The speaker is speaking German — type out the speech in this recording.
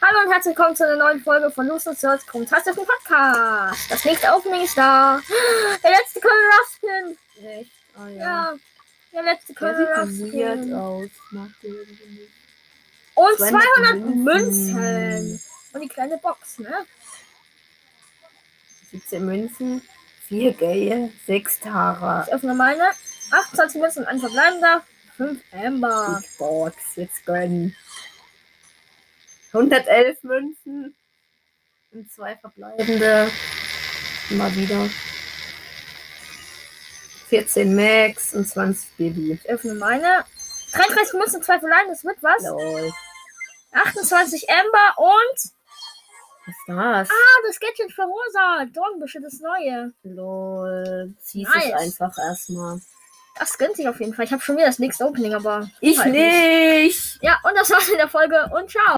Hallo und herzlich willkommen zu einer neuen Folge von Loose und Swords Fantastischen Podcast. Das nächste Opening ist da. Der letzte Colonel Ruskin. Echt? Oh ja. Ja, der letzte Der Colonel sieht weird Ruskin. aus. Macht der irgendwie nicht. Und 200 200 Münzen. Münzen. Und die kleine Box, ne? 17 Münzen, 4 Gale, 6 Tara. Ich öffne meine. 28 Münzen und ein verbleibender. 5 Ember. Big Box, jetzt gönnen. 111 Münzen und 2 verbleibende. Mal wieder. 14 Max und 20 Baby. Ich öffne meine. 33 Münzen, 2 Verleihen, das wird was. Lol. 28 Ember und. Was ist das? Ah, das Gadget für Rosa. Dornbüsche, das neue. Lol. Zieh Nice. es einfach erstmal. Das gönnt sich auf jeden Fall. Ich habe schon wieder das nächste Opening, aber. Ich Halt nicht! Ja, und das war's in der Folge und ciao.